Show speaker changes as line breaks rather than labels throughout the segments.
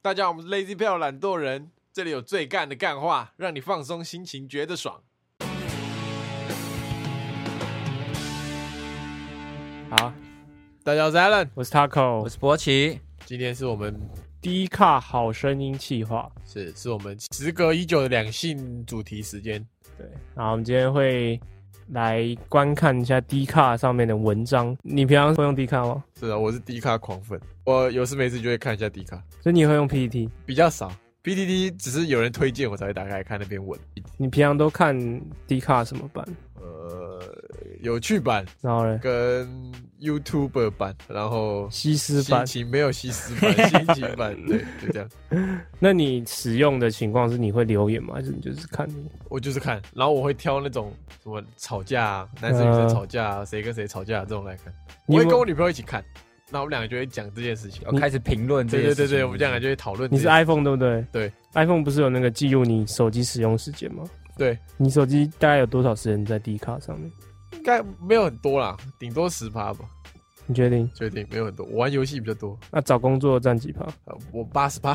大家好，我们是 Lazy 票懒惰人，这里有最干的干话，让你放松心情，觉得爽。
好，
大家好，我是 Alan，
我是 Taco，
我是博奇，
今天是我们
低卡好声音企划。
是是我们时隔已久的两性主题时间，
对，然后我们今天会来观看一下低卡上面的文章。你平常会用低卡吗？
是啊，我是迪卡狂粉，我有事没事就会看一下迪卡，
所以你会用 PPT？
比较少。p d d 只是有人推荐我才会打开来看那篇文，
你平常都看低卡什么版？
呃，有趣版
然后呢，
跟 YouTuber 版，然后
西施
心
版。
情没有西施 版，心情版，对，就这样。
那你使用的情况是你会留言吗？还是你就是看你？
我就是看，然后我会挑那种什么吵架、啊，男生女生
呃
吵架、啊，谁、跟谁吵架、啊、这种来看。
你
我
有
会
没有
跟我女朋友一起看，那我们两个就会讲这件事情。
要开始评论哦这
对对
些事情
对对，我们这样就会讨论这
你
件
是
事。
iPhone 对不对？
对
，iPhone 不是有那个记录你手机使用时间吗？
对，
你手机大概有多少时间在低卡上面？
应该没有很多啦，顶多十趴吧，
你决定？
确定没有很多。我玩游戏比较多，
那找工作占几趴？
呃、我八十趴，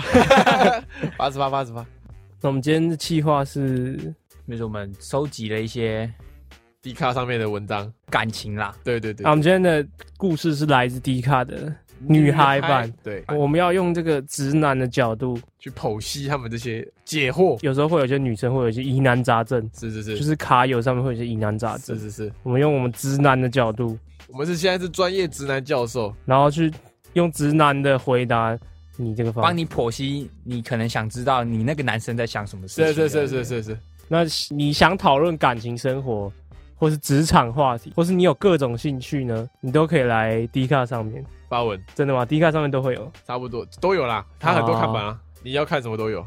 八十趴，八十趴。
那我们今天的计划是
就是我们收集了一些
迪卡上面的文章，
感情啦，
对对对
啊，我，们今天的故事是来自迪卡的，女孩版，
对，哎
我们要用这个直男的角度，
去剖析他们这些解惑，
有时候会有些女生会有一些疑难杂症，
是是，
就是啊是卡友上面会有一些疑难杂
是
症，
是是，
我们用我们直男的角度，
我们是现在是专业直男教授，
然后去用直男的回答你这个
啊
方
帮
法。
你剖析你可能想知道你那个男生在想什么事
是
情。
是是是是是。
那你想讨论感情生活，或是职场话题，或是你有各种兴趣呢，你都可以来 D 卡上面，
发文
真的吗？D 卡上面都会有，
差不多都有啦，他很多看板啊，你要看什么都有。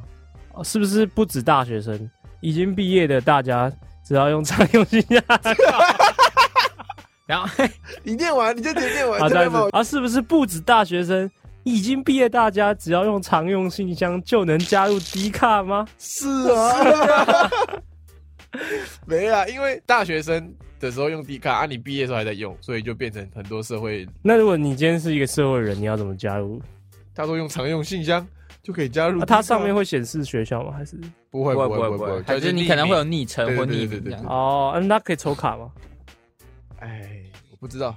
哦是不是不止大学生，已经毕业的大家，只要用常用性 价
然后
你念完你就直接念完
啊，这样子啊，是不是不止大学生，已经毕业大家只要用常用信箱就能加入迪卡吗？
是啊， 没啦，因为大学生的时候用 D 卡啊，你毕业的时候还在用，所以就变成很多社会
那如果你今天是一个社会人，你要怎么加入？
他说用常用信箱就可以加入
啊，
D 卡。
它上面会显示学校吗？还是
不会
不
不
会
会不会
不会 不
不
会，
会，
还是
匿
你
名
可能会有。昵称或
对对对
昵名这
对对
样。
哦，嗯，那可以抽卡吗？
哎，我不知 道，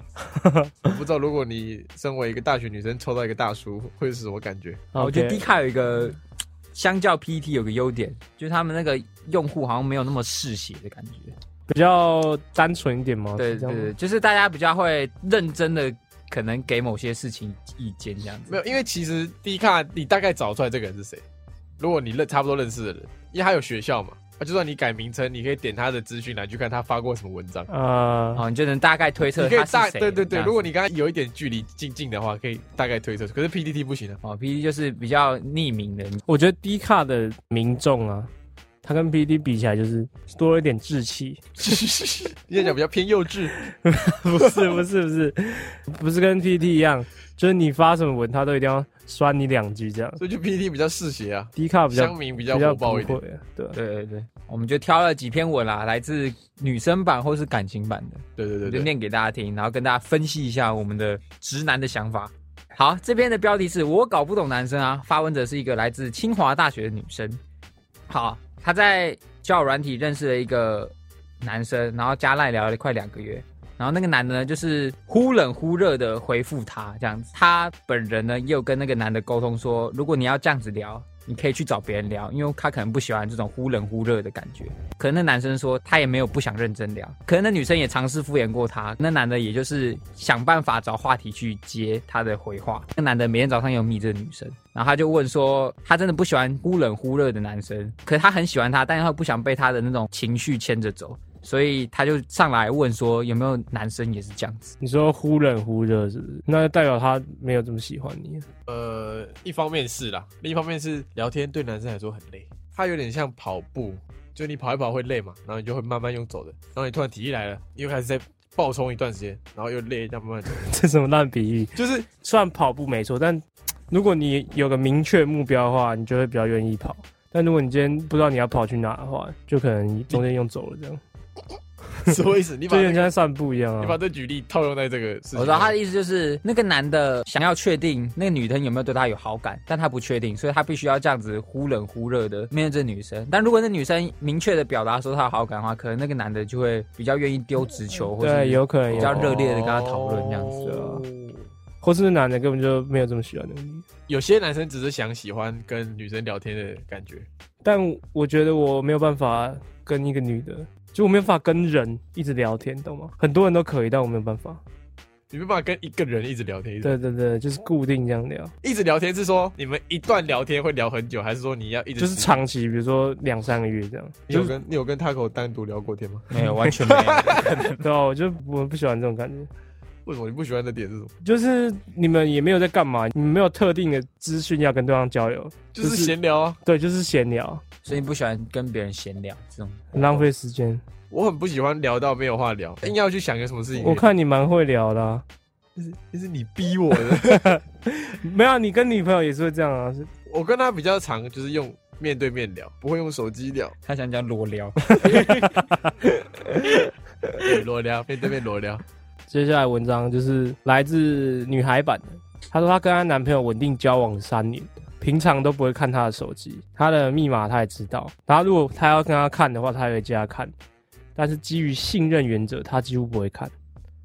我不知道，如果你身为一个大学女生抽到一个大叔，会是什么感觉？
哦我觉得
OK
迪卡有一个相较 PT 有个优点，就是他们那个用户好像没有那么嗜血的感觉。
比较单纯一点
哦
吗？
对
是这
对
样吗
对，就是大家比较会认真的，可能给某些事情意见这样子。
没有，因为其实 D 卡你大概找出来这个人是谁，如果你认差不多认识的人，因为他有学校嘛，啊，就算你改名称，你可以点他的资讯栏去看他发过什么文章，
呃，
哦，你就能大概推测
你可以
他
大
是谁。
对对
这
对，
样子
如果你跟他有一点距离近近的话，可以大概推测。可是 PPT 不行 啊，
哦 PT 就是比较匿名的，
我觉得 D 卡的民众啊，他跟 PD 比起来，就是多了一点志气。
你在讲比较偏幼稚，
不是不是不是，不是跟 PT 一样，就是你发什么文，他都一定要酸你两句这样。
所以就 PPT 比较嗜血啊，
D 卡比较
乡民比
比
较火爆一
不
点。
会，啊对。
对对对，我们就挑了几篇文啦，来自女生版或是感情版的，
对对
我
对
就
对，
念给大家听，然后跟大家分析一下我们的直男的想法。好，这边的标题是我搞不懂男生啊，发文者是一个来自清华大学的女生。好，她在交友软体认识了一个男生，然后加赖聊了快两个月。然后那个男的呢，就是忽冷忽热的回复她这样子。她本人呢，也有跟那个男的沟通说，如果你要这样子聊，你可以去找别人聊，因为他可能不喜欢这种忽冷忽热的感觉。可能那男生说他也没有不想认真聊，可能那女生也尝试敷衍过他，那男的也就是想办法找话题去接他的回话。那男的每天早上有迷这个女生，然后他就问说，他真的不喜欢忽冷忽热的男生，可是他很喜欢他，但是他不想被他的那种情绪牵着走。所以他就上来问说有没有男生也是这样子？
你说忽冷忽热是不是？那就代表他没有这么喜欢你。
呃，一方面是啦，另一方面是聊天对男生来说很累，它有点像跑步，就你跑一跑会累嘛，然后你就会慢慢用走的，然后你突然体力来了，你又开始在爆冲一段时间，然后又累，这样慢慢走，
这什么烂比喻？
就是
虽然跑步没错，但如果你有个明确目标的话，你就会比较愿意跑。但如果你今天不知道你要跑去哪的话，就可能中间用走了这样。
什么意 思？你
就
把、
跟人
那个
家散步一样
你把
啊。
这举例套用在这个事情。
我知道他的意思就是，那个男的想要确定那个女的有没有对他有好感，但他不确定，所以他必须要这样子忽冷忽热的面对这女生。但如果那女生明确的表达说她有好感的话，可能那个男的就会比较愿意丢直球，或者
对，有可能
比
有
较热烈的跟他讨论这样子啊。
哦
或是那男的根本就没有这么喜欢能力。
有些男生只是想喜欢跟女生聊天的感觉，
但我觉得我没有办法跟一个女的，就我没有办法跟人一直聊天，懂吗？很多人都可以，但我没有办法。
你没办法跟一个人一直聊天。一直
对对对，就是固定这样聊，
一直聊天是说你们一段聊天会聊很久，还是说你要一直
就是？长期，比如说两三个月这样。
你有跟你有跟 Taco 单独聊过天吗？
没有，完全没有。
对啊，我就我不喜欢这种感觉。
为什么你不喜欢的点是什么？
就是你们也没有在干嘛，你们没有特定的资讯要跟对方交流，
就是是闲聊啊。
对，就是闲聊，
所以你不喜欢跟别人闲聊这种。
很浪费时间。
我很不喜欢聊到没有话聊，硬要去想一个什么事情。
我看你蛮会聊的啊、
就是就是你逼我的。
没有啊，你跟女朋友也是会这样啊，是
我跟他比较常就是用面对面聊，不会用手机聊，
他想讲裸聊，
对裸聊，面对面裸聊。
接下来文章就是来自女孩版的，她说她跟她男朋友稳定交往了三年，平常都不会看她的手机，她的密码她也知道。然后如果她要跟他看的话，她也会接他看，但是基于信任原则，她几乎不会看。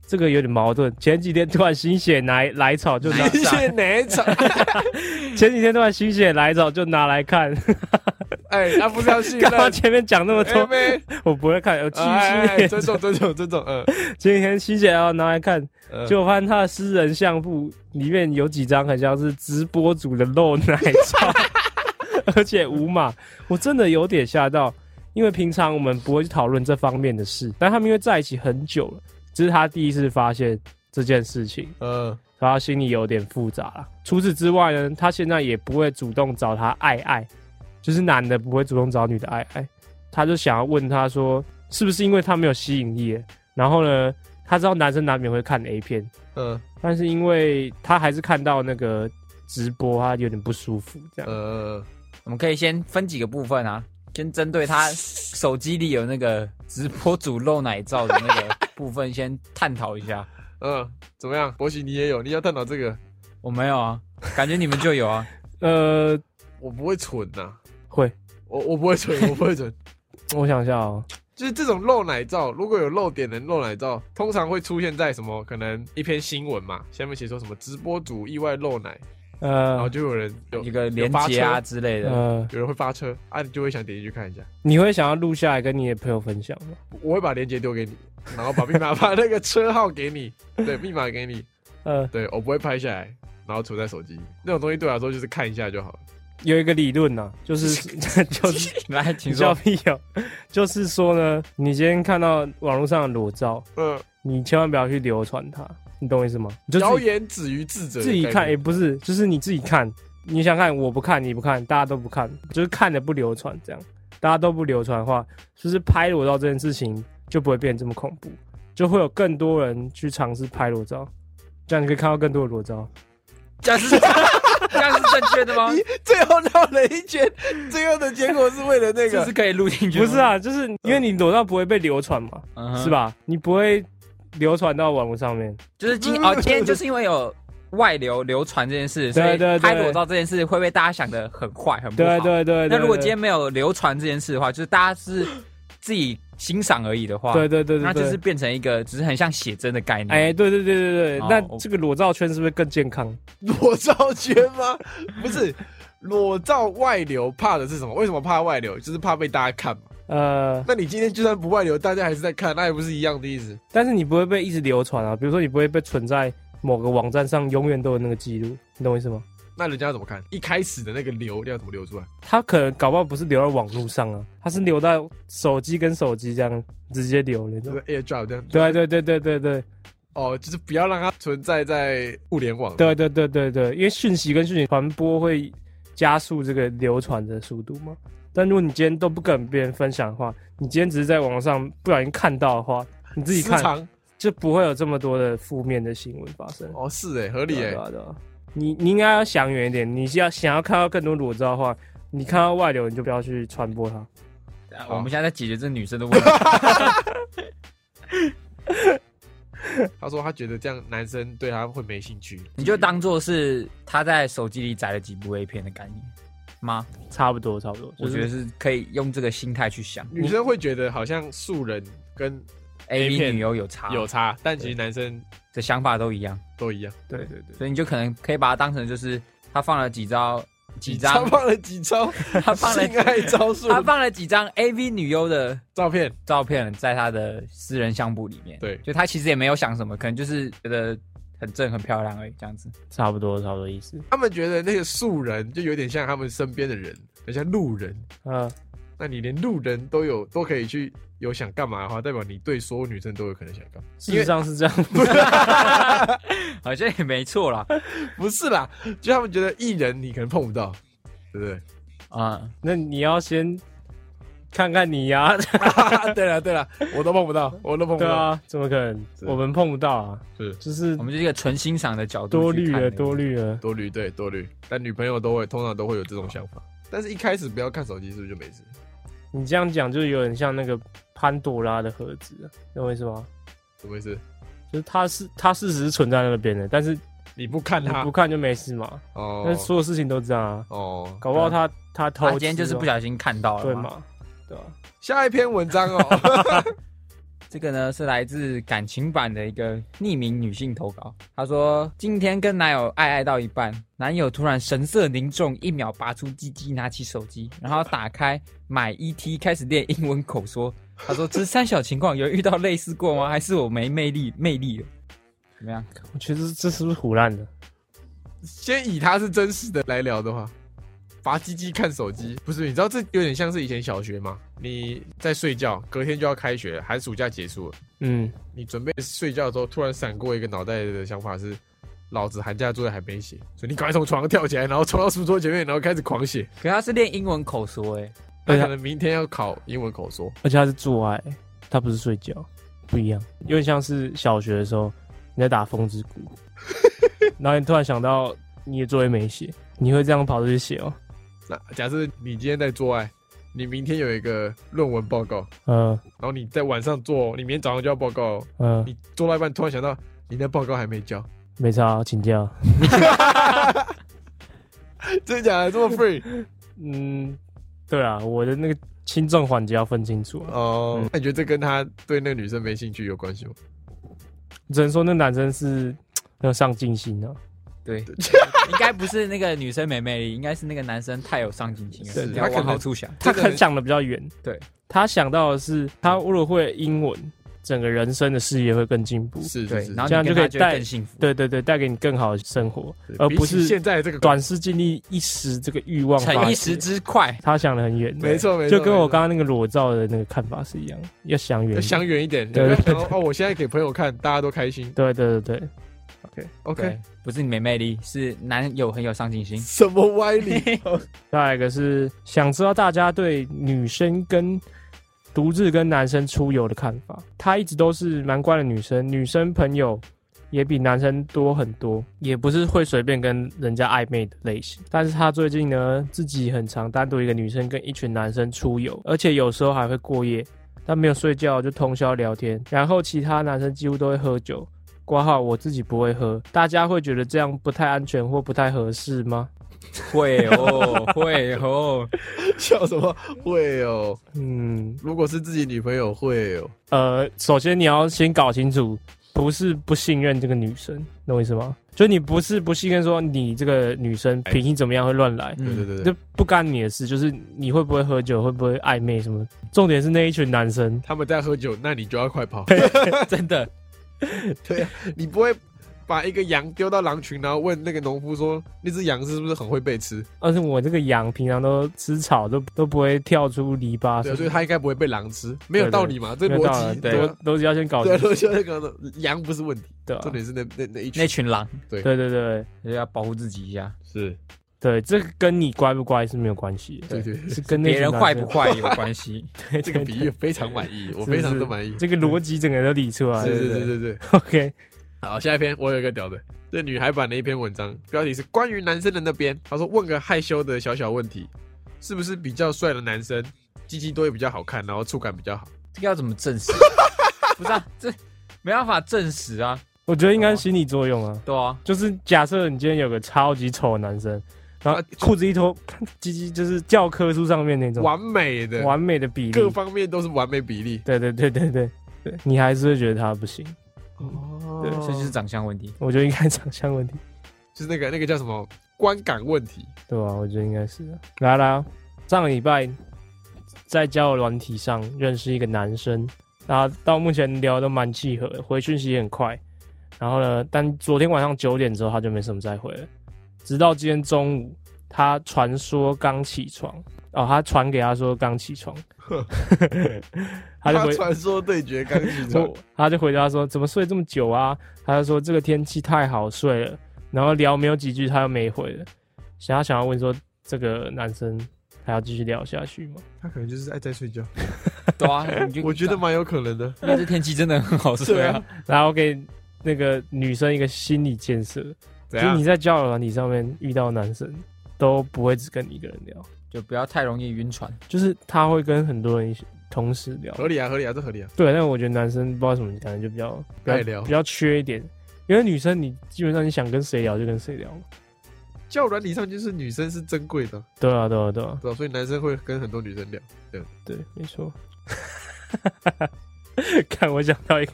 这个有点矛盾。前几天突然心血来来潮，就拿
谢谢哪一场？
前几天突然心血来潮就拿来 看，
哎，他不是要信任
干。嘛前面讲那么
哎
多？
妹，
我不会看，我今
哎哎
天
尊重尊重尊重，嗯，
今天心血来潮拿来看，
嗯
就发现他的私人相簿里面有几张很像是直播组的露奶照，而且无码，我真的有点吓到，因为平常我们不会去讨论这方面的事，但他们因为在一起很久了，这是他第一次发现这件事情，
嗯，
所以他心里有点复杂了。除此之外呢，他现在也不会主动找他爱爱，就是男的不会主动找女的爱爱，他就想要问他说，是不是因为他没有吸引力了？然后呢，他知道男生难免会看 A 片。
嗯
但是因为他还是看到那个直播，他有点不舒服，这样。
嗯，
我们可以先分几个部分啊，先针对他手机里有那个直播主露奶照的那个部分先探讨一下。
嗯，怎么样？博喜你也有，你要探讨这个，
我没有啊，感觉你们就有啊。
呃，
我不会蠢呐、
会，
我我不会蠢，我不会蠢。
我想一下哦，
就是这种露奶照，如果有露点的露奶照，通常会出现在什么？可能一篇新闻嘛，下面写说什么直播主意外露奶，然后
呃
就有人有
一个连接啊之类的。
呃，
有人会发车啊，你就会想点进去看一下。
你会想要录下来跟你的朋友分享吗？
我会把链接丢给你，然后把密码 把那个车号给你，对，密码给你，
呃，
对我不会拍下来，然后存在手机里。那种东西对我来说就是看一下就好了。
有一个理论呐、啊就是 就是
来，请
你叫
说。
屁哦， 就是说呢，你今天看到网络上的裸照，
嗯，
你千万不要去流传它，你懂我意思吗？你就自己
谣言止于智者的
自己看，
概
也、
念，
不是，就是你自己看，你想看，我不看，你不看，大家都不看，就是看的不流传这样，大家都不流传的话，就是拍裸照这件事情就不会变得这么恐怖，就会有更多人去尝试拍裸照，这样你可以看到更多的裸照。
这样是这样是正确的 吗？
最后绕了一圈，最后的结果是为了那
这
个
是可以录进去？
不是，啊，就是因为你裸照不会被流传嘛，
嗯哼
是？吧？你不会流传到网络上面，
就是今哦，今天就是因为有。外流流传这件事，所
对
以
对对
拍裸照这件事会被大家想的很坏，很不好。
对对对对。
那如果
对
今天没有流传这件事的话，就是大家是自己欣赏而已的话，
对对对
那
对对，
就是变成一个只是很像写真的概念。
哎，对对对对对
哦，
那
我
这个裸照圈是不是更健康？
裸照圈吗？ 不是，裸照外流怕的是什么？为什么怕外流？就是怕被大家看嘛。
呃，
那你今天就算不外流，大家还是在看，那也不是一样的意思。
但是你不会被一直流传啊，比如说你不会被存在某个网站上，永远都有那个记录，你懂我意思吗？
那人家要怎么看？一开始的那个流要怎么流出来？
它可能搞不好不是留在网络上啊，它是留到手机跟手机这样直接留那
就
种
是。AirDrop 这样。
对对对对对对
哦，就是不要让它存在在互联网。
对对对对对，因为讯息跟讯息传播会加速这个流传的速度嘛。但如果你今天都不跟别人分享的话，你今天只是在网上不小心看到的话，你自己
私
看
藏
就不会有这么多的负面的新闻发生。
哦，是哎，合理哎。
对啊对啊，你你应该要想远一点，你是要想要看到更多裸照的话，你看到外
啊
流你就不要去传播它。
我们现在在解决这女生的问题。
他说他觉得这样男生对他会没兴趣。
你就当做是他在手机里载了几部 A 片的概念吗？
差不多差不多。
我觉得是可以用这个心态去想
女生会觉得好像素人跟啊
A V
片
女优有差，
有差，但其实男生
的想法都一样，
都一样。
对对对，
所以你就可能可以把它当成就是他放了几招 几
他
张，
放了几招
他放了
性
啊
爱招数
他放了几张 A V 女优的
照片，
照片在他的私人相簿里面，
对
就他其实也没有想什么，可能就是觉得很正很漂亮而已这 样子。
差不多差不多意思。
他们觉得那个素人就有点像他们身边的人，很像路人。
嗯，
那你连路人都有都可以去有想干嘛的话，代表你对所有女生都有可能想干嘛？
事实上是这样。
好像也没错啦，
不是啦，就他们觉得艺人你可能碰不 到，对不对？
啊、
那你要先看看你呀、
啊对了对了，我都碰不到，我都碰不
对
到。
啊，怎么可能？
是
我们碰不到啊，
是
就是
我们就是一个纯欣赏的角度
多
去
虑
看
了，
那个
多虑了。
多虑对多虑，但女朋友都会通常都会有这种想法。但是一开始不要看手机，是不是就没事？
你这样讲就有点像那个潘多拉的盒子啊，懂我意思吗？
怎么回事？
就是它是它事实是存在那边的，但是
你不看
你
他
不看就没事嘛。
哦
那所有事情都这样啊，
哦，
搞不好他他偷
他
吃啊，
今天就是不小心看到了，
对？嘛？对啊吧？
下一篇文章哦，
这个呢是来自感情版的一个匿名女性投稿，她说今天跟男友爱爱到一半，男友突然神色凝重，一秒拔出鸡鸡，拿起手机，然后打开买 ET 开始练英文口说。她说这三小情况有遇到类似过吗？还是我没魅力魅力了？怎么样？
我觉得这这是不是胡乱的？
先以他是真实的来聊的话，罚鸡鸡看手机，不是？你知道这有点像是以前小学嘛？你在睡觉，隔天就要开学了，寒暑假结束了，
嗯，
你准备睡觉的时候，突然闪过一个脑袋的想法是。老子寒假作业还没写，所以你赶快从床上跳起来，然后冲到书桌前面，然后开始狂写。
可他是练英文口说、欸，
他
对啊
可能明天要考英文口说，
而且他是做爱，他不是睡觉，不一样，有点像是小学的时候你在打风之 谷，然后你突然想到你的作业没写，你会这样跑出去写哦。
那假设你今天在做爱，你明天有一个论文报告，
嗯
然后你在晚上做，你明天早上就要报告，
嗯，
你做到一半突然想到你的报告还没交，
没差，请假。
真的假的这么 free
嗯，对啊，我的那个轻重缓急要分清楚啊。
哦？
嗯
那你觉得这跟他对那个女生没兴趣有关系吗？
只能说那男生是很有上进心啊。
对，应该不是那个女生没魅力，应该是那个男生太有上进心
是
了，要
他可
往
能
好处想。
他
这
可
个
能想的比较远，
对
他想到的是，他如果会英文，整个人生的视野会更进步。
是
对
是，是，
然后
这样
你
就
跟
可
他
以
觉得
带
更幸福。
对对对，带给你更好的生活，
是
而
比
呃不
起
是
现在这个
短视近利一时这个欲望发泄。
逞一时之快，
他想的很远，
没错没错，
就跟我
没错
刚刚那个裸照的那个看法是一样，要想远
要
一点。
想远一点，
对
对对哦，我现在给朋友看，大家都开心
对对对对，
，OK，
对，不是你没魅力，是男友很有上进心。
什么歪理？
再来一个是想知道大家对女生跟独自跟男生出游的看法。她一直都是蛮乖的女生，女生朋友也比男生多很多，也不是会随便跟人家暧昧的类型。但是她最近呢，自己很常单独一个女生跟一群男生出游，而且有时候还会过夜，但没有睡觉就通宵聊天，然后其他男生几乎都会喝酒。挂号我自己不会喝，大家会觉得这样不太安全或不太合适吗？
会哦， 会哦，
笑什么？会哦，
嗯，
如果是自己女朋友会哦，
呃，首先你要先搞清楚，不是不信任这个女生，懂我意思吗？就你不是不信任，说你这个女生
哎
脾气怎么样会乱
嗯
来，
对对对
这
对，
不干你的事。就是你会不会喝酒，会不会暧昧什么？重点是那一群男生，
他们在喝酒，那你就要快跑。
对， 真的，
你不会把一个羊丢到狼群，然后问那个农夫说那只羊是不是很会被吃？
而且我这个羊平常都吃草，都都不会跳出篱笆什
对，
么，
所以它应该不会被狼吃，没有道理嘛？这
没有道
逻
理
辑
对
对
都
啊
都是要先搞清
对，
楚
逻辑那个羊不是问题，
的啊。
重点是那那那一群
那群狼
对对对
就是要保护自己一下，
是，
对，这个跟你乖不乖是没有关系的，
对对，对
是跟那
别
群
人
男
坏
生
不坏有关系。
对
这个
对
比喻非常满意，我非常的满 意。
这个逻辑整个都理出来
是
了。
是是是是，
OK，
好，下一篇我有一个屌的，这女孩版的一篇文章，标题是关于男生的那边，她说问个害羞的小小问题，是不是比较帅的男生鸡鸡多也比较好看，然后触感比较好？
这个要怎么证实？不是啊，这没办法证实啊，
我觉得应该是心理作用啊，
对啊，
就是假设你今天有个超级丑的男生，然后
啊
裤子一脱， 看鸡鸡就是教科书上面那种
完美的，
完美的比
各
例。
方面都是完美比例。
对对对对对对，你还是会觉得他不行。
哦
对
这就是长相问题。
我觉得应该长相问题，
就是那个那个叫什么观感问题。
对吧、我觉得应该是啊。来啦，上个礼拜在交友软体上认识一个男生，然后到目前聊得蛮契合的，回讯息也很快。然后呢，但昨天晚上九点之后他就没什么再回了，直到今天中午他传说刚起床，哦，他传给他说刚起床，他就
他
回
传说对决刚起床
我，他就回答说：“怎么睡这么久啊？”他就说：“这个天气太好睡了。”然后聊没有几句，他又没回了。想要想要问说，这个男生还要继续聊下去吗？
他可能就是爱在睡觉，
对啊，你就
我觉得蛮有可能的。
因为这天气真的很好睡啊。
然后给那个女生一个心理建设，
怎
就是
样
你？在交友软体上面遇到男生，都不会只跟你一个人聊，
就不要太容易晕船。
就是他会跟很多人一起同时聊。
合理啊，合理啊，这合理啊。
对，但我觉得男生不知道为什么，感觉就比较比
爱
较
聊
比较缺一点，因为女生你基本上你想跟谁聊就跟谁聊嘛。
教软体上就是女生是珍贵的，
对啊，对啊，对啊。
对吧？所以男生会跟很多女生聊。
对，没错。 看，我想到一个，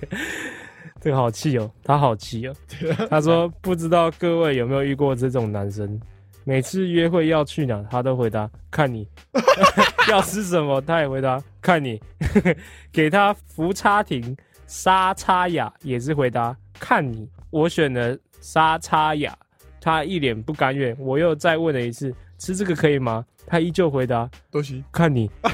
这个好气哦，他好气 哦。他说不知道各位有没有遇过这种男生，每次约会要去哪，他都回答看你； 要吃什么，他也回答看你。 给他福差亭沙差雅也是回答看你。我选了沙差雅，他一脸不甘愿。我又再问了一次，吃这个可以吗？他依旧回答
都行，
看你。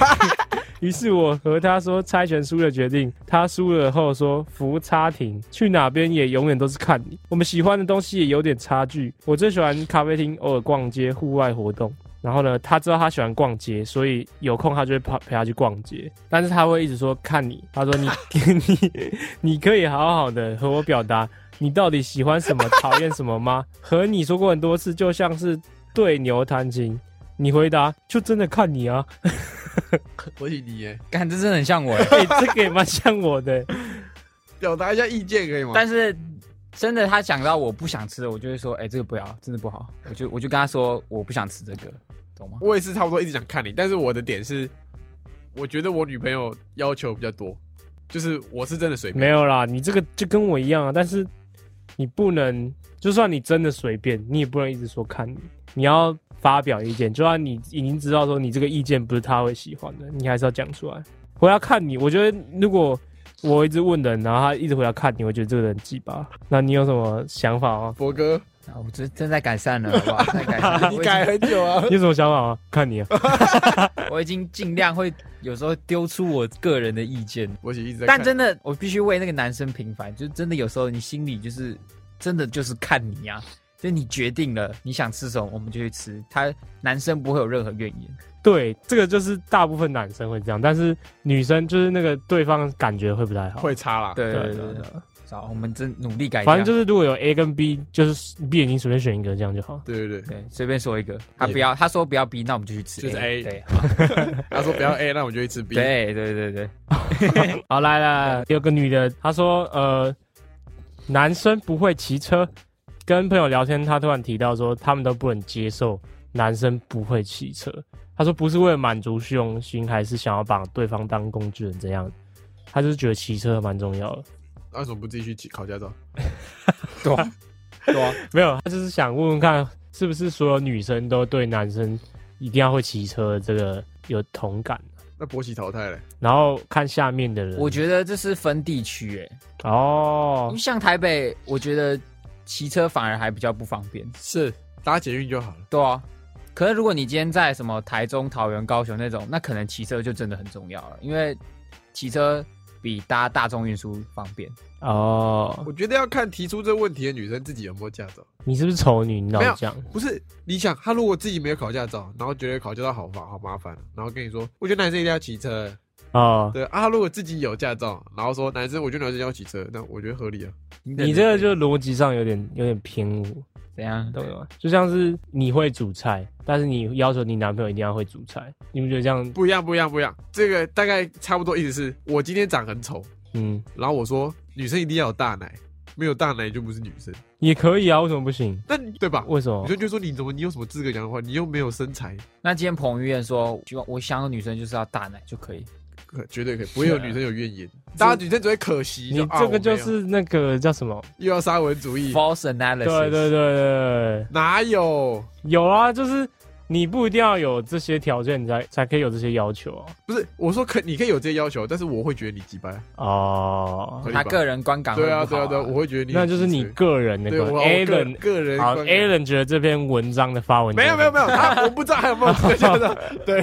于是我和他说猜拳输了决定，他输了后说服差评，去哪边也永远都是看你。我们喜欢的东西也有点差距，我最喜欢咖啡厅，偶尔逛街，户外活动。然后呢，他知道他喜欢逛街，所以有空他就会陪陪他去逛街。但是他会一直说看你，他说你 你你可以好好的和我表达你到底喜欢什么、讨厌什么吗？和你说过很多次，就像是对牛弹琴。你回答就真的看你啊，
我请你耶，
干，这真的很像我耶。
哎、这个也蛮像我的、欸
表达一下意见可以吗？
但是真的，他讲到我不想吃的，我就会说，哎、这个不要，真的不好。我就我就跟他说，我不想吃这个，懂吗？
我也是差不多一直想看你，但是我的点是，我觉得我女朋友要求比较多，就是我是真的随便。
没有啦，你这个就跟我一样啊，但是你不能，就算你真的随便，你也不能一直说看你，你要发表意见，就算你已经知道说你这个意见不是他会喜欢的，你还是要讲出来。我要看你，我觉得如果我一直问人，然后他一直回答看你，我觉得这个人鸡巴。那你有什么想法吗？
博哥，
啊，我真真在改善了，好不好？在改善了，
你
我已
改
经
很久啊，
你有什么想法吗？看你啊，
我已经 尽量会有时候丢出我个人的意见，
我姐一直在看。
但真的，我必须为那个男生平反，就是真的有时候你心里就是真的就是看你啊，就你决定了你想吃什么，我们就去吃。他男生不会有任何怨言，
对，这个就是大部分男生会这样，但是女生就是那个对方感觉会不太好。
会差啦。
对
对啊对
对对
啊
对
对，啊
好，我们真努力改
反正就是是如果有 A 跟 B，就是 B 已经随便选一个，这样就好。
对对对，
对，随便说一个，他不要，他说不要 B，那我们就去吃，
就
哎
是 A
对
他说不要哎 A，那我就去吃 B。
对对对 对，
好，来来，来有个女的，她说，呃，男生不会骑车。跟朋友聊天，她突然提到说，他们都不能接受男生不会骑车。她说不是为了满足虚荣心，还是想要把对方当工具人这样。她就是觉得骑车蛮重要的。
那为什么不自己去骑考驾照？
对啊对啊，
没有，她就是想问问看，是不是所有女生都对男生一定要会骑车这个有同感？
那博喜淘汰嘞，
然后看下面的人，
我觉得这是分地区哎诶，因
哦
为，像台北，我觉得骑车反而还比较不方便。
是搭捷运就好了。
对啊，可是如果你今天在什么台中、桃园、高雄那种，那可能骑车就真的很重要了，因为骑车比搭大众运输方便。
哦，
我觉得要看提出这问题的女生自己有没有驾照。
你是不是丑女？你老
没有
讲，
不是，你想，她如果自己没有考驾照，然后觉得考驾照好烦好麻烦，然后跟你说，我觉得男生一定要骑车。
哦，
对啊，她如果自己有驾照，然后说男生，我觉得男生要骑车，那我觉得合理啊。
你这个就逻辑上有点有点偏误，
怎样？
懂吗？就像是你会煮菜，但是你要求你男朋友一定要会煮菜，你不觉得这样？
不一样，不一样，不一样。这个大概差不多意思是，我今天长很丑，
嗯，
然后我说女生一定要有大奶，没有大奶就不是女生，
也可以啊，为什么不行？
那你对吧？
为什么
女？生就说你怎么你有什么资格讲的话？你又没有身材，
那今天彭于晏说，希望我想要女生就是要大奶就可以，
可绝对可以，不会有女生有怨言。大家女生只会可惜，
你
就啊
这个
我没
就
有
是那个叫什么？
又要沙文主义，
false analysis。
对对对对对，
哪有？
有啊，就是你不一定要有这些条件，你才才可以有这些要求啊。
不是我说可你可以有这些要求，但是我会觉得你鸡掰，
哦，
合理吧
他个人观感会
对
不好
啊对啊对啊，我会觉得你
那就是你
很机
个人
车
那
对
个
我我个
Alan。
个人
好
观感
，Alan 觉得这篇文章的发文
没有没有没有，他我不知道还有没有机车驾照，对，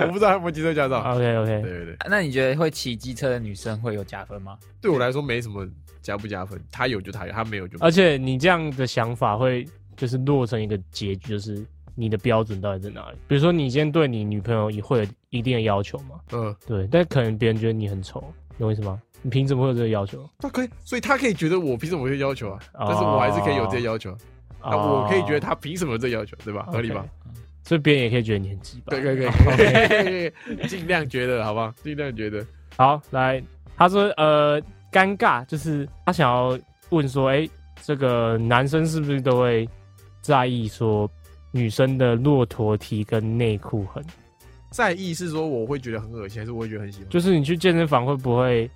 我不知道还有没有机车驾照，
OK
对
OK，
对对，
那你觉得会骑机车的女生会有加分吗？
对我来说没什么加不加分，他有就他有，他没有就没有
而且你这样的想法会就是落成一个结局，就是你的标准到底在哪里？比如说你今天对你女朋友也会有一定的要求嘛，
嗯，
对，但可能别人觉得你很丑，懂我意思吗？你凭什么会有这个要求？
他可以，所以他可以觉得我凭什么会要求啊？但是我还是可以有这些要求啊，
哦
那我可以觉得
他
他凭什么有这些要求，对吧？合理吧？
哦所以别人也可以觉得你很鸡巴。
对，可以可以，尽量觉得好吧，尽量觉得，
好，来，他说呃，尴尬就是他想要问说，哎、这个男生是不是都会在意说女生的骆驼蹄跟内裤痕？
在意是说我会觉得很恶心，还是我会觉得很喜欢？
就是你去健身房会不会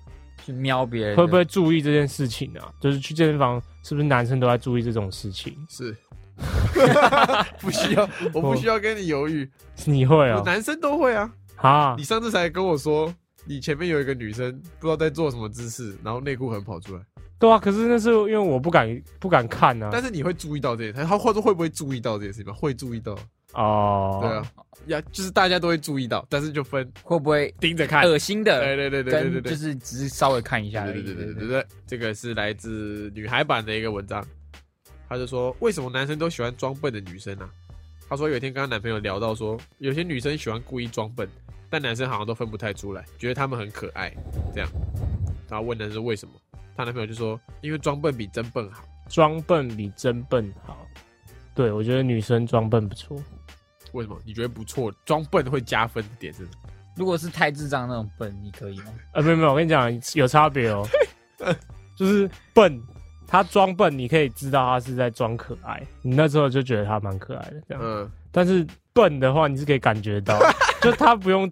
去瞄别人的
会不会注意这件事情啊？就是去健身房是不是男生都在注意这种事情？
是，不需要，我不需要跟你犹豫，
你会
我
哦、
男生都会啊。
啊
你，上次才跟我说，你前面有一个女生不知道在做什么姿势，然后内裤痕跑出来，
对啊，可是那是因为我不敢不敢看啊。
但是你会注意到这些，他他或者会不会注意到这些事情吧？会注意到，
哦，
对啊，呀，就是大家都会注意到，但是就分
会不会
盯着看。
恶心的
对对对对对对
跟
对
就。是只是稍微看一下而
对
已。
对对对对对，这个是来自女孩版的一个文章，他就说为什么男生都喜欢装笨的女生啊？她说有一天跟她男朋友聊到说，有些女生喜欢故意装笨，但男生好像都分不太出来，觉得他们很可爱这样。然后问男生为什么，她男朋友就说因为装笨比真笨好。
装笨比真笨好。对，我觉得女生装笨不错。
为什么？你觉得不错？装笨会加分的点是什么？
如果是太智障那种笨，你可以吗？
呃，没有没有，我跟你讲有差别哦， 就是笨，他装笨，你可以知道他是在装可爱，你那时候就觉得他蛮可爱的这样。
嗯，
但是笨的话，你是可以感觉到，就他不用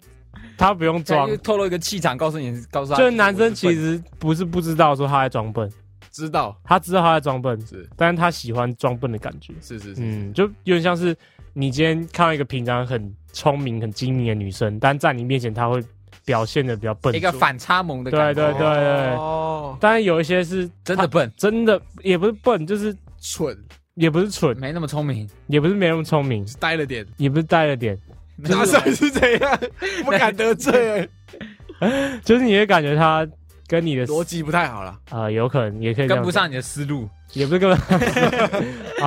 他不用装
就，透露一个气场，告诉你，告诉他，
就是男生其实不是不知道说他在装笨，
知道
他知道他在装笨，
是
但是他喜欢装笨的感觉。
是是是，
嗯，就有点像是你今天看到一个平常很聪明、很精明的女生，但在你面前她会表现的比较笨
一。个反差萌的感觉，
对对对
哦，
当然有一些是
真的笨，
真的，也不是笨，就是
蠢
也不是
嗯
蠢，
没那么聪明，
也不是没那么聪明，
呆了点，
也不是呆了点，
哪算是这样？ 不敢得罪，
就是你会感觉她跟你的
逻辑不太好了。
啊、有可能也可以这
跟
样
不
讲，
上你的思路。
也不是跟不 啊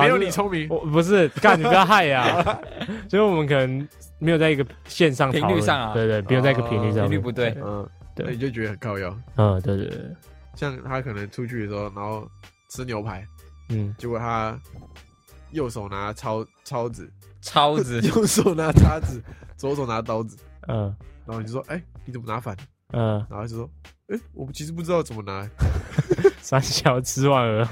没有你聪明，
我不是干，你不要害呀、 所以我们可能没有在一个线上
频率
讨论
上啊
对对，没有在一个频率上面，
频率不对
嗯，
对
那你就觉得很靠腰。
嗯，对对对，
像他可能出去的时候，然后吃牛排，
嗯，
结果他右手拿抄抄子，
超 子
右手拿叉子，左手拿刀子，
嗯
然后你就说：“哎、你怎么拿反了
嗯，？”
然后他就说：“哎、我其实不知道怎么拿。
三小吃万鹅。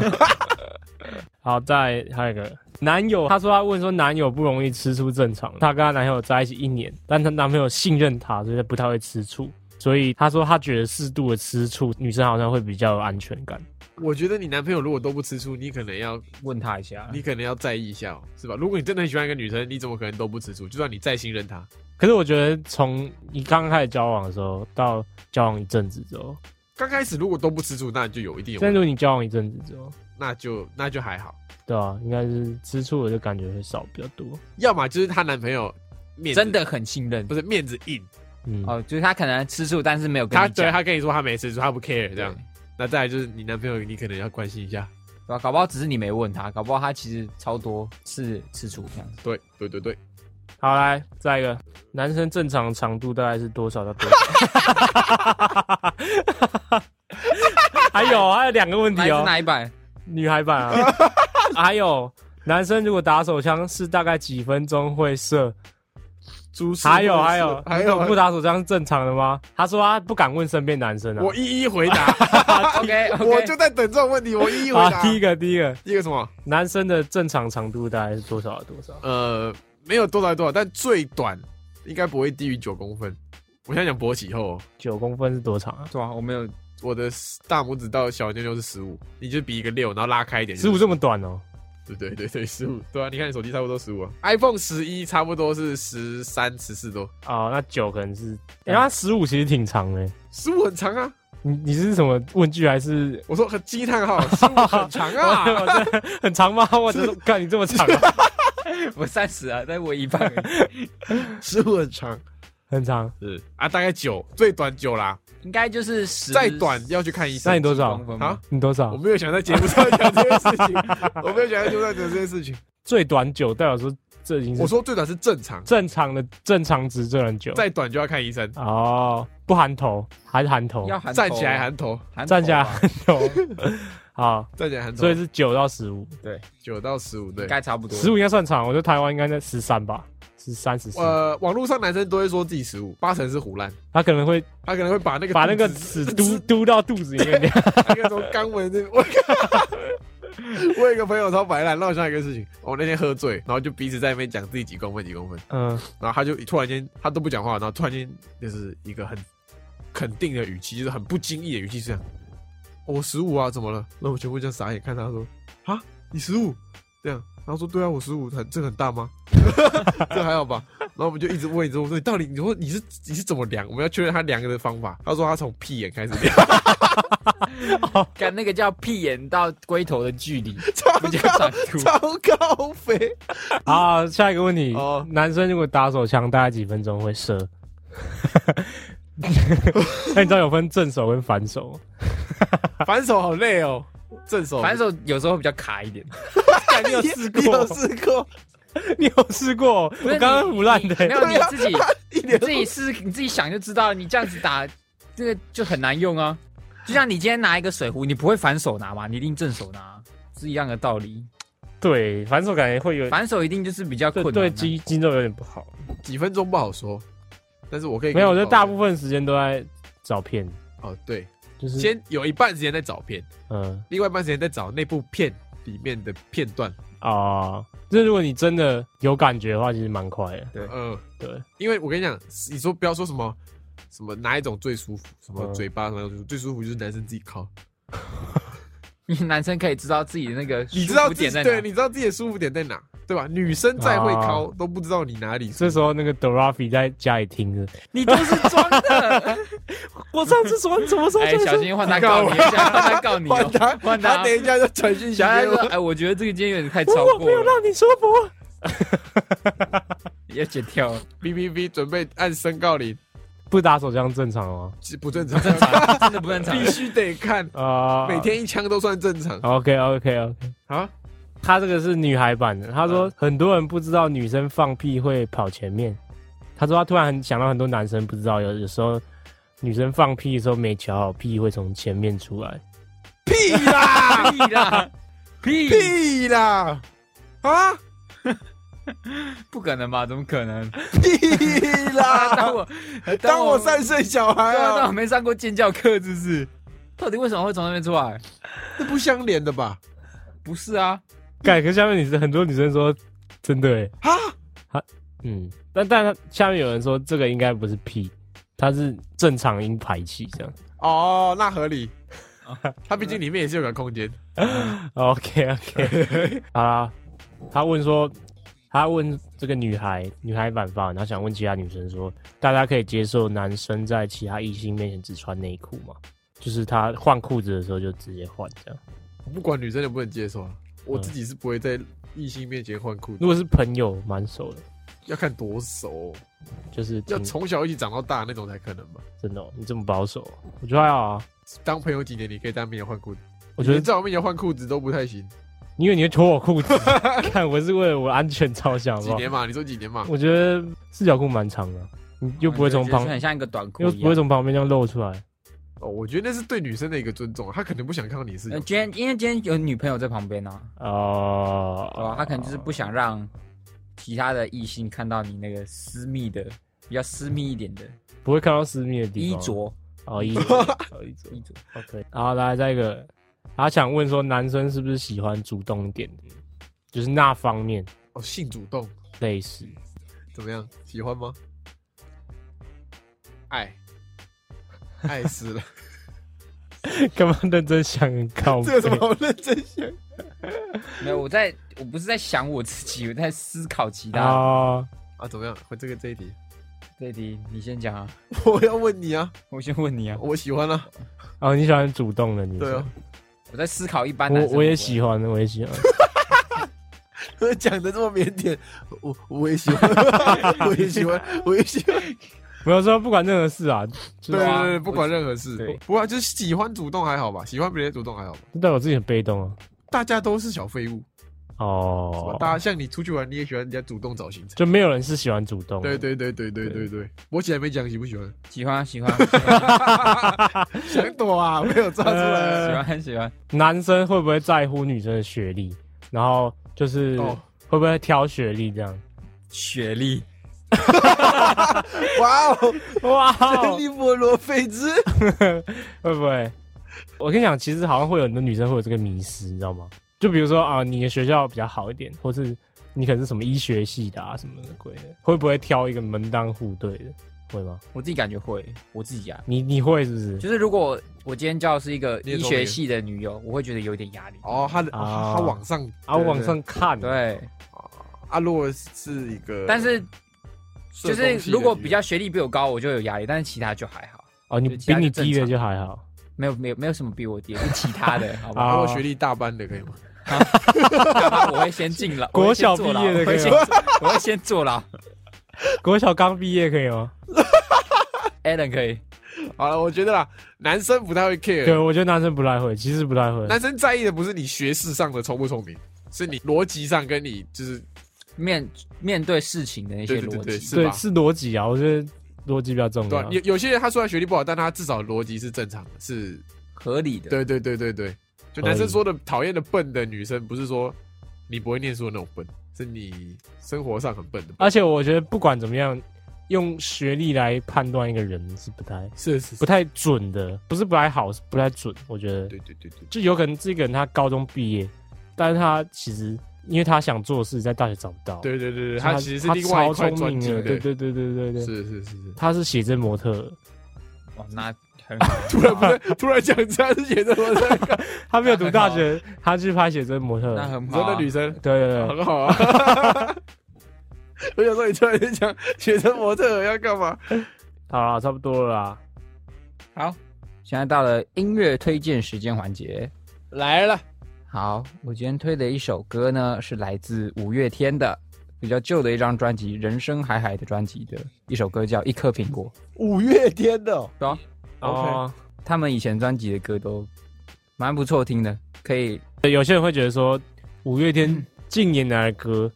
好，再还有一个男友，她说她问说男友不容易吃醋正常，她跟她男朋友在一起一年，但她男朋友信任她，所以她不太会吃醋。所以她说她觉得适度的吃醋，女生好像会比较有安全感。”
我觉得你男朋友如果都不吃醋，你可能要
问他一下，
你可能要在意一下、哦，是吧？如果你真的很喜欢一个女生，你怎么可能都不吃醋？就算你再信任她，
可是我觉得从你刚开始交往的时候到交往一阵子之后，
刚开始如果都不吃醋，那就有一定有
但
问
如
题，
果你交往一阵子之后，
那就那就还好。
对啊，应该是吃醋的感觉会少比较多。
要么就是她男朋友面子
真的很信任
不是面子硬，
嗯，
哦，就是他可能吃醋，但是没有跟
他
你
对
讲，
他跟你说他没吃醋，他不 care
对
这样。那再来就是你男朋友，你可能要关心一下。
对啊吧？搞不好只是你没问他，搞不好他其实超多是吃醋这样子。
对对对对，
好来，再一个，男生正常长度大概是多少到多少？还有还有两个问
来
题
自
哦，
哪一版？
女孩版啊，还有男生如果打手枪是大概几分钟会射
诸事
还有
论事
还
还
有，还
有
有不打手枪正常的吗？他说他不敢问身边男生啊。
我一一回答，
OK，
我就在等这种问题，我一一回
啊，
答。
第一个第一个，
第一个什么？
男生的正常长度大概是多少？多少？
呃，没有多少多少，但最短应该不会低于九公分。我现在讲勃起后，
九公分是多长啊？
对啊，我没有
我的大拇指到小妞妞是十五，你就比一个六，然后拉开一点就
十
是，
五这么短哦？
对对对对，十五，对啊，你看你手机差不多十五啊，iPhone 十一差不多是十三十四多，
哦，那九可能是，哎，他十五其实挺长的。欸
十五很长啊，
你你是什么问句还是？
我说很惊叹 号，十五很长啊，
我这很长吗？我这看你这么长啊，
我三十啊，但我一半而已
十五很长，
很长。
是啊，大概九，最短九啦，
应该就是十
再短要去看医
那
生
你多少
公？分
啊
吗？，
你多
我
少？
没有想在节目上讲这件事 情，我没有想在节目上讲这件事情，
最短九代表说这已经
我
是
说最短是正常，
正常的正常值最短九。
再短就要看医生，
哦，不含头还是含头？
要含头啊
站起来含头，
含
站起来
头啊
含头。 好，
站起来含头，
所以是九到十五，
对，
九到十五对
应。该差不多。
十五应该算长，我觉得台湾应该在十三吧，十三十四。
呃，网络上男生都会说自己十五，八成是胡乱，
他可能会
他可能会把那个
把那个
肚子
屎 嘟嘟到肚子里面。
那个从 肛门那边，我我有一个朋友超白烂，让我想到一个事情，我那天喝醉，然后就彼此在那边讲自己几公分几公分，
嗯，
然后他就突然间他都不讲话，然后突然间就是一个很肯定的语气，就是很不经意的语气，这样，哦我十五啊，怎么了？那我全部这样傻眼看他说，啊，你十五，这样，然后说对啊，我十五，很这个很大吗？这还好吧？然后我们就一直问，一直问，说你到底你说你是你是怎么量？我们要确认他量的方法。他说他从屁眼开始 量，
干那个叫屁眼到龟头的距离
超
比较
高
长度，
超高飞。
好，啊下一个问题
哦，
男生如果打手枪，大概几分钟会射？ 那你知道有分正手跟反手吗？
反手好累哦，正手
反手有时候比较卡一点。
你有试
你有
过？
试过？
你有试过？我
不是
刚刚
你
胡乱的
你没
欸。
有你自己，
啊 一
你
脸
自己试，你自己想就知道，你这样子打，这个就很难用啊。就像你今天拿一个水壶，你不会反手拿嘛，你一定正手拿，是一样的道理。
对，反手感觉会有
反手一定就是比较困啊
对对
难、
肌肌肉有点不好。
几分钟不好说，但是我可以
没有，我觉得大部
分
分时间都在找片，
哦，对，
就是
先有一半时间在找片，
嗯
另外一半时间在找那部片里面的片段。
啊，就是如果你真的有感觉的话，其实蛮快的。
对
嗯，
对，
因为我跟你讲，你说不要说什么什么哪一种最舒服，什么
嗯
嘴巴什么最舒服就是男生自己靠，
因为男生可以知道自己的那个
你知道
舒服
自己
点在
对，
哪。
你知道自己的舒服点在哪，对吧？女生再会靠都不知道你哪里舒服。
这时候那个 Dorafi 在家里听着，
你都是 装的。
我上次说你怎么说
哎，小心换他告你，一下，换他告你
换他
哦，，换
他
他
等。一下就传讯息
小安
给
说：“
我。
哎，我觉得这个今天有点太超过了，
你说服。
要剪掉了。
B B B，准备按申告铃，
不打手枪正常哦吗？
这不正常，
真的不正常。
必须得看，
啊、
每天一枪都算正常
OK OK OK。
啊。
他这个是女孩版的，他说很多人不知道女生放屁会跑前面。他说他突然很想到很多男生不知道，有有时候女生放屁的时候没瞧好，屁会从前面出来。
屁啦，
屁啦，屁，
屁啦，啊，
不可能吧？怎么可能？
屁
当
啦！
啊我
当我三岁小孩
对啊，当
啊
我，没上过尖叫课，是不是？到底为什么会从那边出来？
这不相连的吧？
不是啊，
改革下面女生很多女生说真的欸
啊，
嗯，但但他下面有人说这个应该不是屁，它是正常音排气这样。
哦，那合理。它毕竟里面也是有个空间，
OK OK，好啦，他问说，他问这个女孩女孩版发文，然后想问其他女生说，大家可以接受男生在其他异性面前只穿内裤吗？就是他换裤子的时候就直接换这样。
我不管女生能不能接受啊，我自己是不会在异性面前换裤子
如，果是朋友，蛮熟的，
要看多熟，
就是
要
挺
从小一起长到大那种才可能吧。
真的哦、你这么保守哦，我觉得还好啊。
当朋友几年，你可以当面前换裤子，
我觉
你
得
在我面前换裤子都不太行。
因为你会脱我 裤子，看我是为了我安全着想，好不
几
好？
年嘛？你说几年嘛？
我觉得四角裤蛮长的，你又不会从旁
就是，很像一个短裤
又
一
不会
样。
从旁边这样露出来。
哦，我觉得那是对女生的一个尊重，啊她可能不想看到你是
呃啊今天因为今天有女朋友在旁边呢，
哦、
啊对吧？他可能就是不想让其他的异性看到你那个私密的、比较私密一点的
不会看到私密的地
衣
方。
着，
哦，衣着， 哦衣着
衣着。
，OK。然后来再一个，他想问说，男生是不是喜欢主动一点的，就是那方面
哦，性主动
类似？
怎么样？喜欢吗？
哎
爱，爱死了，
干嘛认真想很高？
这有什 么好认真想？
没有，我在我不是在想我自己，我在思考其他的。
啊？
啊？怎么样？回这个这一题，
这一题你先讲啊，
我要问你啊，
我先问你啊，
我喜欢啊，
哦，你喜欢主动的女
对
生
啊？，
我在思考一般男
我
生
我也
会
喜欢，我也喜欢。
讲的这么腼腆，我我也喜欢，我也喜欢，我也喜欢。
没有说不管任何事啊，就
对对
是
啊
对，不管任何事
对，
不过就是喜欢主动还好吧，喜欢别人主动还好吧。
就代表自己很被动啊。
大家都是小废物，是吧
哦，
大家像你出去玩，你也喜欢人家主动找行程。
就没有人是喜欢主动的。
对对对对对对对，我姐还没讲喜不喜欢，
喜欢喜欢 喜欢
想躲啊，没有 抓出来。
喜欢喜欢，
男生会不会在乎女生的学历？然后就是
哦
会不会挑学历这样？
雪莉，
哇哦，
哇，
利波罗费兹，
会不会？我跟你讲，其实好像会有很多女生会有这个迷失，你知道吗？就比如说啊，你的学校比较好一点，或是你可能是什么医学系的啊，什么的鬼的，会不会挑一个门当户对的？会吗？
我自己感觉会，我自己啊，
你你会是不是？
就是如果我今天交的是一个
你也
医
说
学
没
系的女友，我会觉得有点压力。
哦，他的
啊
他往上
啊，
对
往上看，，
对，
阿洛是一个，
但是
社
就
工系
是
的
如果
女
比较学历比我高，我就有压力，但是其他就还好，
哦，你
就其
比
他
你
就正
低的
常
就还好，
没有没有没有什么比我低，是其 他的，好吧？
阿
啊
洛学历大班的可以吗？
我会先进牢，
国小
我会先
毕业
坐牢
的
我会先
可
我会先坐牢。
国小刚毕业可以吗？
Alan 可以，
好了，我觉得啦，男生不太会
对，
care，
我觉得男生不太会，其实不太会。
男生在意的不是你学识上的聪不聪明，是你逻辑上跟你就是
面面对事情的那些
对对
逻
对对
辑，
是
对，
吧？
是逻辑啊，我觉得逻辑比较重
对
要
啊，。有有些人他虽然学历不好，但他至少逻辑是正常的，是
合理的。
对对对对对，就
可以
男生说的讨厌的笨的女生，不是说你不会念书的那种笨，是你生活上很笨的笨。
而且我觉得不管怎么样，用学历来判断一个人是不太
是是
不，太准的，不是不太好，是不太准。我觉得
对对对对，
就有可能这个人他高中毕业，但是他其实因为他想做的事在大学找不到，
对对对对，
所以
他其实是另外一块
他超聪
专
明
精
的，
的，
对对对对对对，
是是是是。
他是写真模特，
哇，哦那很
突然不对，突然讲这样是写的我 在看，
他没有读大学，他去拍写真模特，
那很
你
好
说
啊。
那女生
对对对，
很好啊。 我想说，你突然间讲写成模特儿要干嘛？
好啦，差不多了啦，
好，现在到了音乐推荐时间环节。
来了，
好，我今天推的一首歌呢，是来自五月天的比较旧的一张专辑《人生海海》的专辑的一首歌，叫《一颗苹果》。
五月天的哦
对啊，
哦。
他们以前专辑的歌都蛮不错听的，可以
有些人会觉得说，五月
嗯
天近年来的歌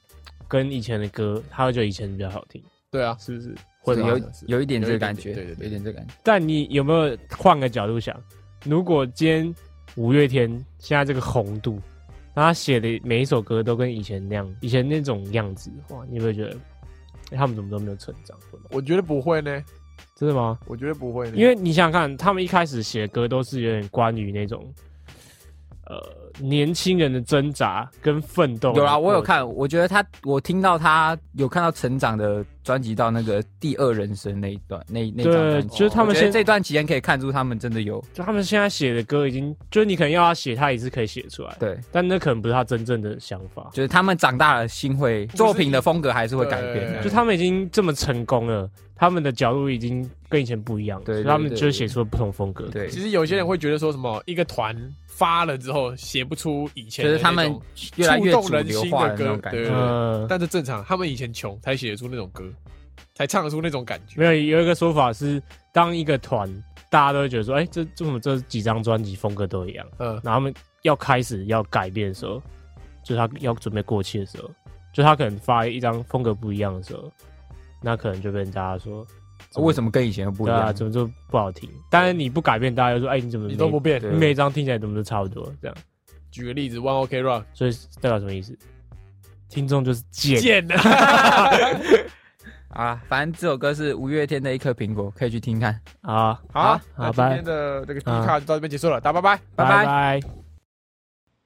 跟以前的歌，他会觉得以前比较好听，
对啊，
是不是？
会
有
吗
有有一点这个感
有
觉，
一点点对对对
有一点这个感觉。
但你有没有换个角度想？如果今天五月天现在这个红度，那他写的每一首歌都跟以前那样，以前那种样子的话，你有没有觉得、诶他们怎么都没有成长？会吗
我觉得不会呢，
真的吗？
我觉得不会呢，
因为你想想看，他们一开始写的歌都是有点关于那种，呃，年轻人的挣扎跟奋斗。
有啦，我有，看，我觉得他，我听到他有看到成长的专辑到那个第二人生那一段，那那张
对，
专辑，
就是他
我
们
觉得
先
这段期间可以看出他们真的有
就他们现在写的歌已经，就是你可能要他写，他也是可以写出来，
对，
但那可能不是他真正的想法。
就是他们长大了，心会
是
作品的风格还是会改变
对
的。
就他们已经这么成功了，他们的角度已经跟以前不一样了，
对
所以
对
他们
对
就写出了不同风格。
对，
其实有些人会觉得说什么一个团发了之后写不出以前
就
的
是
那种，
他们越来越
触
主
动人
流
心
化
的
那种
歌
感
对
觉。啊
呃，
但是正常，他们以前穷才写得出那种歌，才唱得出那种感觉。
没有有一个说法是，当一个团大家都会觉得说，哎、这这么这几张专辑风格都一样，
嗯，
然后他们要开始要改变的时候，就是他要准备过期的时候，就他可能发一张风格不一样的时候，那可能就跟大家说，
为什么跟以前又不一
对啊，
样？
怎么就不好听？当然你不改变，大家就说，哎、你怎么
你都不变。
对
每每一张听起来怎么都差不不多这样？
举个例子，One OK Rock，
所以代表什么意思？听众就是贱。
贱的，
啊，反正这首歌是五月天的一颗苹果，可以去听看。
啊，
好啊，
好
那今
拜
天的这个低卡就到这边结束了，大家拜拜。
拜拜
拜。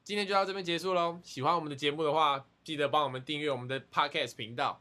今天就到这边结束喽。喜欢我们的节目的话，记得帮我们订阅我们的 Podcast 频道，